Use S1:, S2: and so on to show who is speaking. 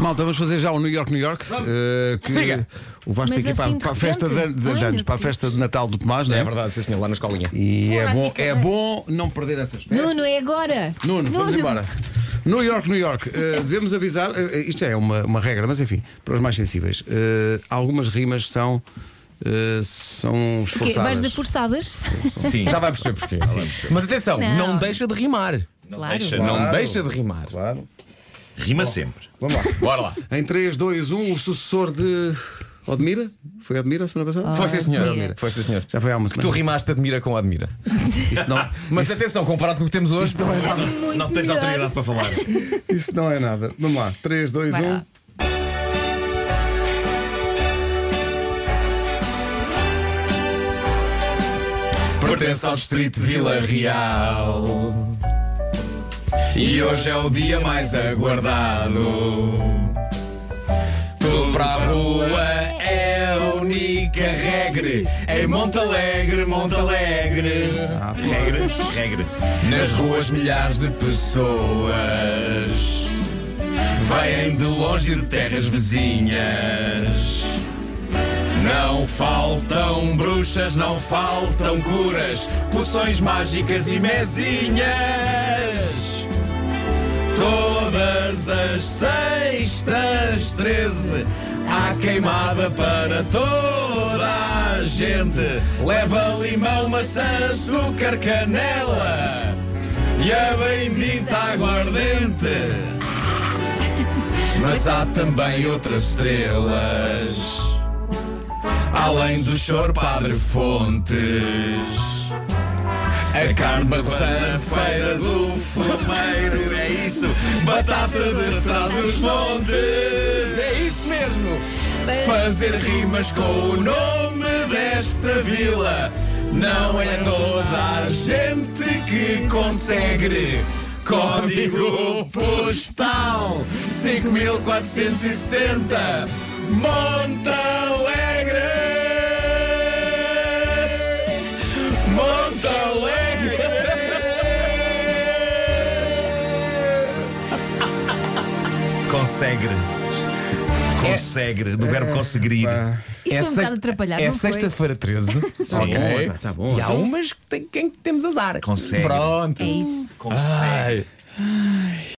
S1: Malta, vamos fazer já o New York, New York. eh, que
S2: Siga.
S1: O Vasco tem
S3: Mas
S1: que ir para,
S3: assim, de
S1: para a festa de, de-
S3: repente?
S1: de
S3: Ai, meu
S1: anos, para a
S3: Deus.
S1: festa de Natal do Tomás, não é?
S2: É verdade, sim senhor, lá na escolinha.
S1: E é
S3: Olá,
S1: bom,
S3: fica
S1: é
S3: bem.
S1: bom não perder essas festas.
S3: Nuno, é agora.
S1: Nuno, vamos embora. New York, New York. Eh, devemos avisar, eh, isto é uma, uma regra, mas enfim, para os mais sensíveis, eh, algumas rimas são, eh, são
S3: O quê? Vais
S1: esforçadas.
S3: de forçadas?
S2: Sim. Já vai perceber porquê. Mas atenção, não.
S3: Não.
S2: deixa de rimar.
S3: Claro.
S2: Não deixa de rimar.
S1: Claro.
S4: Rima sempre.
S1: Vamos lá.
S2: Bora lá.
S1: Em 3, 2, 1, o sucessor de. Odmira? Foi Odmira a semana
S3: Ah.
S1: passada?
S2: Foi sim, senhor.
S3: Admira.
S2: Foi sim, senhor.
S1: Já foi há uma
S2: Tu
S1: semana.
S2: rimaste admira com admira.
S1: Isso não,
S2: Mas atenção, comparado com o que temos hoje,
S4: não tens
S3: melhor.
S4: autoridade para falar.
S1: isso não é nada. Vamos lá. um. 3, 2,
S3: Vai
S1: 1.
S3: lá.
S2: pertence ao distrito Vila Real. E hoje é o dia mais aguardado. Tudo para a rua é a única regra. Em Montalegre, Montalegre.
S4: Regra, regra.
S2: Nas ruas milhares de pessoas Vêm de longe e de terras vizinhas Não faltam bruxas, não faltam curas Poções mágicas e mezinhas Todas as sextas, 13 Há queimada para toda a gente Leva limão, maçã, açúcar, canela E a bendita aguardente Mas há também outras estrelas Além do choro Padre Fontes a É carne babazã, feira do fumeiro, é isso. Batata de trás os montes, é isso mesmo. Fazer rimas com o nome desta vila. Não é toda a gente que consegue. Código postal 5470 Montalegre. Montalegre!
S4: Consegue. Consegue, do verbo conseguir.
S3: Isto é um bocado atrapalhado.
S2: É
S3: não foi?
S2: sexta-feira 13. Sim.
S4: Ok.
S2: Tá bom. E há umas que tem, quem temos azar.
S4: Consegue.
S2: Pronto.
S3: É isso.
S4: Consegue.
S2: Ai.